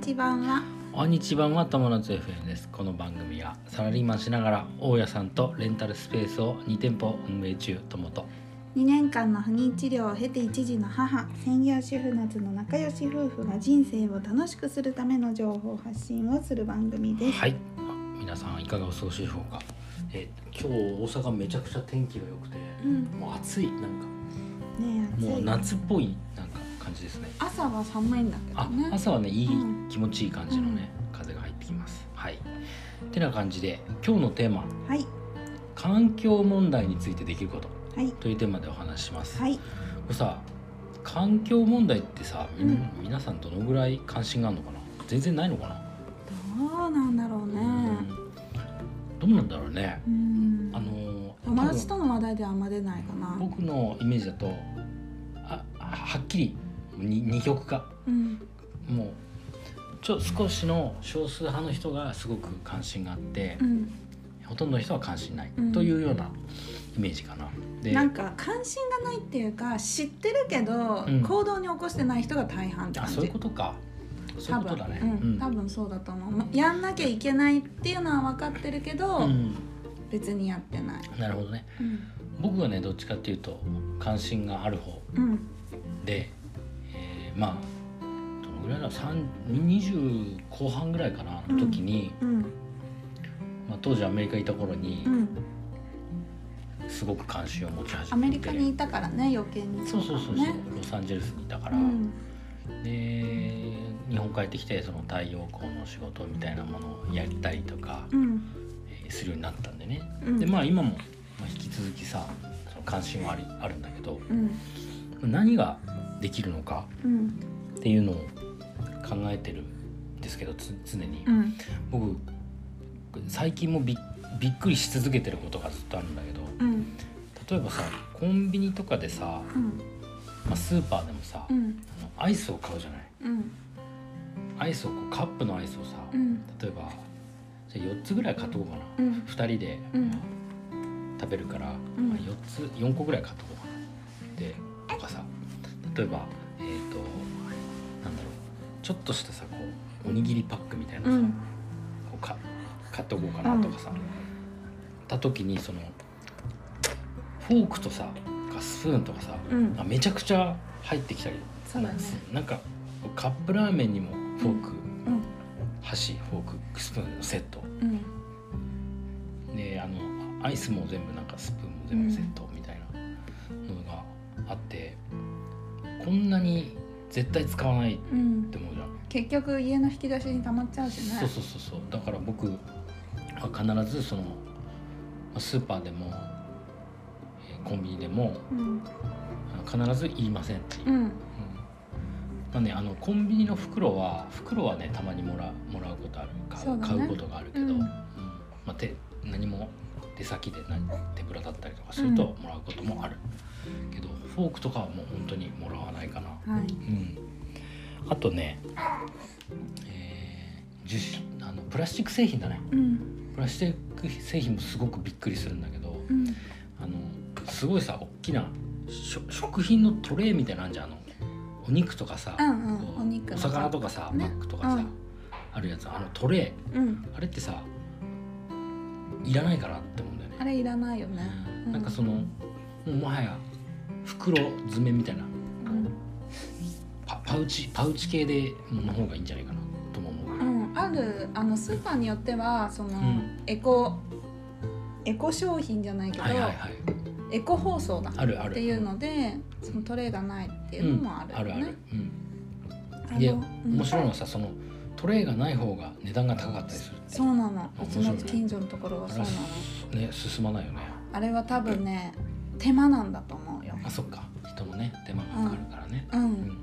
ち版はこんにちはは友達 FM ですこの番組はサラリーマンしながら大家さんとレンタルスペースを2店舗運営中友と2年間の不妊治療を経て一児の母専業主婦夏の仲良し夫婦が人生を楽しくするための情報発信をする番組です、はい皆さんいかがお過ごしでしょうかえー今日大阪めちゃくちゃ天気が良くてうんもう暑いなんかねえ暑いもう夏っぽいなんか感じですね朝は寒いんだけどあね朝はねいいうん気持ちいい感じのね風が入ってきますはいてな感じで今日のテーマはい環境問題についてできることはいというテーマでお話しします、はいこれさ環境問題ってさ、みうん皆さんどのぐらい関心があるのかな全然ないのかな、どうなんだろうねうんどうなんだろうねうんあのー友達多との話題ではあんま出ないかな分僕のイメージだとああはっきりに二極化うんもうちょ少しの少数派の人がすごく関心があってう、んほとんどの人は関心ない、うんというようなイメージかな。でなんか関心がないっていうか知ってるけど、うん行動に起こしてない人が大半ってあ感じそういうことかそういうことだね。多分,、うん多分そうだと思う、まやんなきゃいけないっていうのは分かってるけど、うん別にやってないなるほどねうん、僕はねどっちかっていうと関心がある方うんで、えーまあどのぐらいだ3 20後半ぐらいかなうんの時に、うんまあ、当時アメリカにいた頃にうん、すごく関心を持ち始めてアメリカにいたからね余計にそうそうそうそう、ねロサンゼルスにいたから、うんで日本帰ってきてその太陽光の仕事みたいなものをやったりとか、うんえーするようになったんでね、うんでまあ今もまあ引き続きさその関心はありあるんだけどうん何ができるのかうんっていうのを考えてるんですけどつ常に、うん僕最近もびびっくりし続けてることがずっとあるんだけどうん例えばさコンビニとかでさ、うんまあ、スーパーでもさ、うんあのアイスを買うじゃないうんアイスをこうカップのアイスをさ、うん例えばじゃあ4つぐらい買っとこうかな、うん2人で、うんまあ食べるから、うんまあ、4つ4個ぐらい買っとこうかなでとかさ例えばえっ、となんだろうちょっとしたさこうおにぎりパックみたいなさ、うんこうか買っとこうかなとかさ、た時にそのフォークとさかスプーンとかさ、うんあめちゃくちゃ入ってきたりそうだねなんかカップラーメンにもフォーク、うん箸フォークスプーンのセットうんであのアイスも全部なんかスプーンも全部セットみたいなのがあって、こんなに絶対使わないっうんて思うじゃん、結局家の引き出しに溜まっちゃうしねそうそうそうそうだから僕は必ずそのまあスーパーでもえーコンビニでもうんあの必ずいりませんっていう、ううんんまあね、あのコンビニの袋は袋はねたまにもらもらうことある買,、そううだね買うことがあるけうど、んうんまあ、手何も手先で何手ぶらだったりとかするともらうこともある、けどフォークとかはもう本当にもらわないかな、はいうん、あとね、えー樹脂あのプラスチック製品だねうんプラスチック製品もすごくびっくりするんだけどうんあのすごいさ大きなしょ食品のトレイみたいなのあんじゃんあのお肉とかさ、うんうんこうお肉の魚とかさ、ねマックとかさ、うんあるやつあのトレうんイあれってさいらないかなって思うんだよねあれいらないよねうんうんなんかそのもうもはや袋詰めみたいなうんパパウチパウチ系での方がいいんじゃないかなとも思う、うんあるあのスーパーによってはそのんエコエコ商品じゃないけどはいはいはいエコ包装だあるあるっていうのでそのトレーがないっていうのもあるあるよあるね、うんあのでうん面白いのはさそのトレイがない方が値段が高かったりするってそうなのう面ち白いねの近所のところはそうなのあれね進まないよねあれは多分ね手間なんだと思うよあそっか人もね手間がかかるからね、ううんん、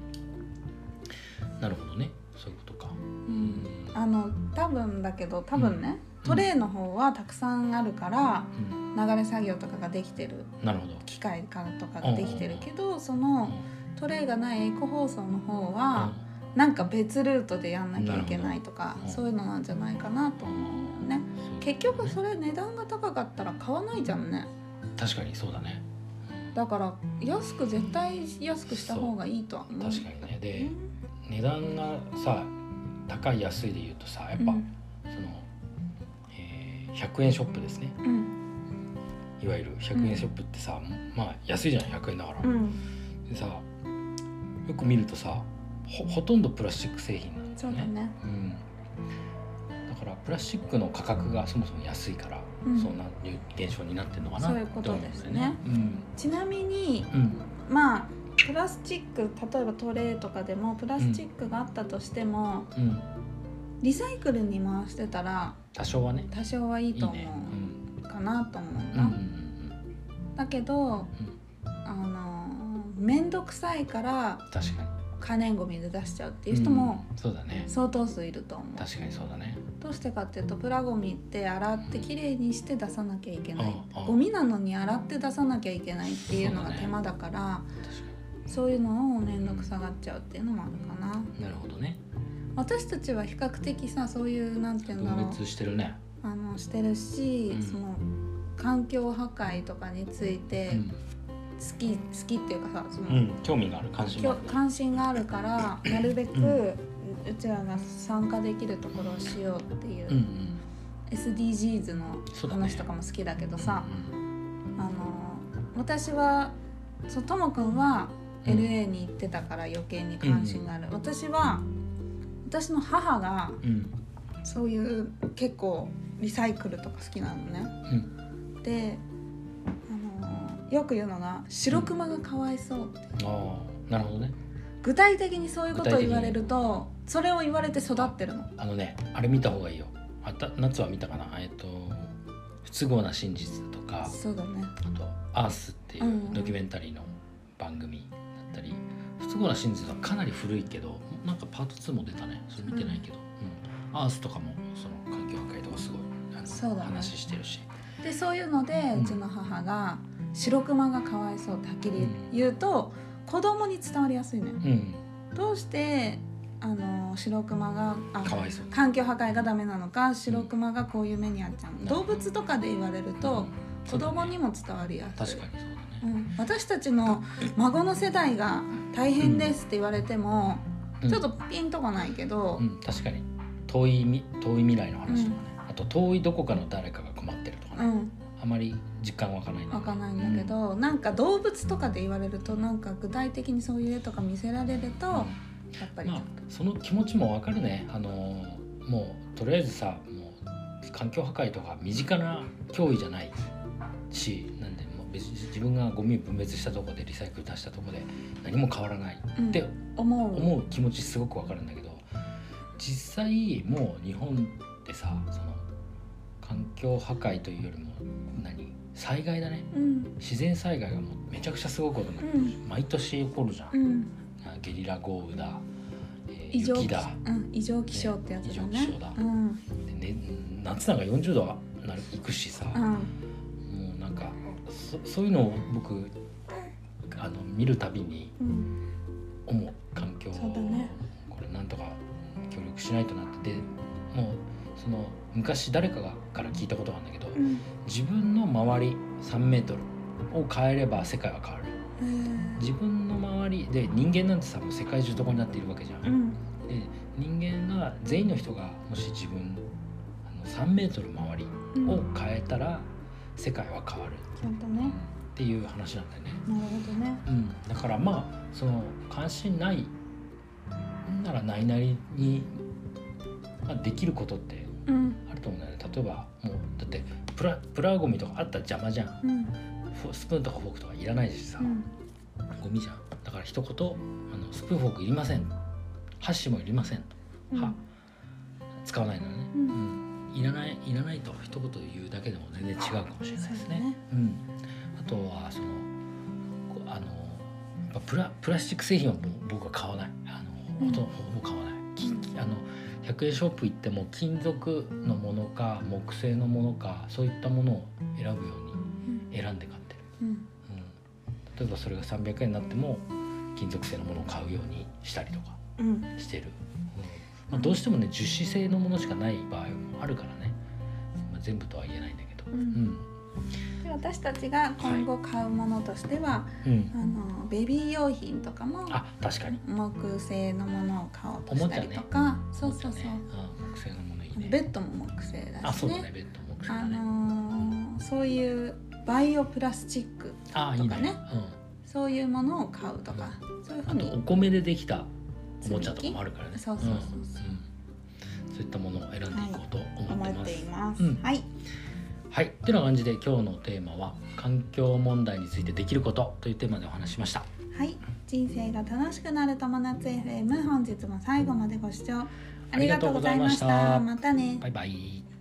なるほどねそういうことかうん、あの多分だけど多分ね、うんトレーの方はたくさんあるからうん流れ作業とかができてるなるほど、機械からとかができてるけどそのトレーがないエコ包装の方はなんか別ルートでやんなきゃいけないとかなるほどそういうのなんじゃないかなとうん思うよねそう結局それ値段が高かったら買わないじゃんね確かにそうだねだから安く絶対安くした方がいいとは思う確かにねでう値段がさ高い安いで言うとさやっぱ、その、えー100円ショップですねうんいわゆる100円ショップってさ、まあ安いじゃん100円だから、うんでさよく見るとさほほとんどプラスチック製品なんだそようだねねうん、だからプラスチックの価格がそもそも安いから、うんそんな現象になってるのかなそういうこと思んだよですねうんちなみにうんまあプラスチック例えばトレーとかでもプラスチックがあったとしても、うんリサイクルに回してたら多少はね多少はいいいいと思ねうかなと思ううんうな、んうんうんだけど、あのー面倒くさいから確かに可燃ごみで出しちゃうっていう人もうんそうだね相当数いると思う、確かにそうだねどうしてかっていうとプラゴミって洗ってきれいにして出さなきゃいけないああゴミなのに洗って出さなきゃいけないっていうのがそうだね手間だから確かそういうのを面倒くさがっちゃうっていうのもあるかなになるほどね私たちは比較的さそういうなんていうんだろ分う別してるねあのしてるし、うんその環境破壊とかについてうん好き、好きっていうかさその、うん興味がある関心きがあょる関心があるからなるべく、ううんちらが参加できるところをしようっていう、うんうん SDGs のそうだね話とかも好きだけどさ、うんあの私はそうともくんはうん LA に行ってたから余計に関心がある、私は私の母がうんそういう結構リサイクルとか好きなのね。うんで、あのよく言うのが「白クマがかわいそう」ってああなるほどね具体的にそういうことを言われるとそれを言われて育ってるの。あのねあれ見た方がいいよあた夏は見たかなえっと「不都合な真実」とかあそうだね。と「アース」っていんううんうドキュメンタリーの番組だったり「不都合な真実」はかなり古いけどなんかパート2も出たねそれ見てないけど「うんアース」とかもその環境破壊とかすごいあのそうだね話してるしでそういうのでうんうちの母が「白クマがかわいそう」ってはっきり言うと子供に伝わりやすいのよ。うんどうしてあの白クマがあかわいそう環境破壊がダメなのか白クマがこういう目にあっちゃうの動物とかで言われるうとん子供にも伝わりやすい確かにそうだねうん、私たちの孫の世代が「大変です」って言われても、うんちょっとピンとこないけど、うん、確かに遠いみ遠い未来の話とかね、あと遠いどこかの誰かが困ってるとかうね、ん、あまり実感湧かないねわかんないんだけ、ど、なんか動物とかで言われるとなんか具体的にそういう絵とか見せられると、うんやっぱりちょまっあその気持ちもわかるねあのーもうとりあえずさもう環境破壊とか身近な脅威じゃないしなんでもう別に自分がゴミを分別したとこでリサイクル出したとこで何も変わらないと、うんって思う思う気持ちすごくわかるんだけど実際もう日本ってさその環境破壊というよりも何災害だねうん自然災害がもうめちゃくちゃすごいことになってる、毎年起こるじゃんう、んゲリラ豪雨だ、えー異常雪気だうん、異常気象ってやつだね異ね常気象だうんで、ね、夏なんか40度はなるいくしさ、うもんうなんかそそういうのを僕あの見るたびにうん思う環境をそうだねこれなんとか協力しないとなってでもうその昔誰かがから聞いたことがあるんだけどうん自分の周り3メートルを変えれば世界は変わるえー自分の周りで人間なんてさもう世界中どこになっているわけじゃん、うんで人間が全員の人がもし自分あの3メートル周りうんを変えたら世界は変わるちゃんとねっていう話なんだよね、なるほどねうん、だからまあその関心ないならないなりに、まあ、できることってうんあると思うんだよね例えばもうだってプラプラゴミとかあったら邪魔じゃんうんフォスプーンとかフォークとかいらないしさ、うんゴミじゃんだから一言あの「スプーンフォークいりません」「箸もいりません」うんは使わないのね、ううんいらないいらないと一言言うだけでも全然違うかもしれないでそすね。うだねうん、あとはそのこあのやっぱプラプラスチック製品はもう僕は買わないあの、うんほとんどほぼ買わない金あの100円ショップ行っても金属のものか木製のものかそういったものを選ぶよううんに選んで買ってる、うんうん、例えばそれが300円になっても金属製のものを買うようにしたりとかうんしてる、まあ、どうしてもね樹脂製のものしかない場合もあるからね、まあ、全部とは言えないんだけど、うんうんで私たちが今後買うものとしては、うんあのベビー用品とかもあ確かに木製のものを買おうとしたりとか、そうそうそう、うん木製のものいいねベッドも木製だあしそうだねねベッド木製あだねのーそういうバイオプラスチックあいいとかねねそういうものを買うとか、そういううん、ふうあとおに米でできたおもちゃとかもあるからね積み木そうそうそうそうんんそういったものを選んでいこうと思っ思てっますています。うんはい、はい、ってな感じで今日のテーマは環境問題についてできることというテーマでお話ししました。はい、人生が楽しくなる友達 FM 本日も最後までご視聴ありがとうございました。ありがとうございましたまたね。バイバイ。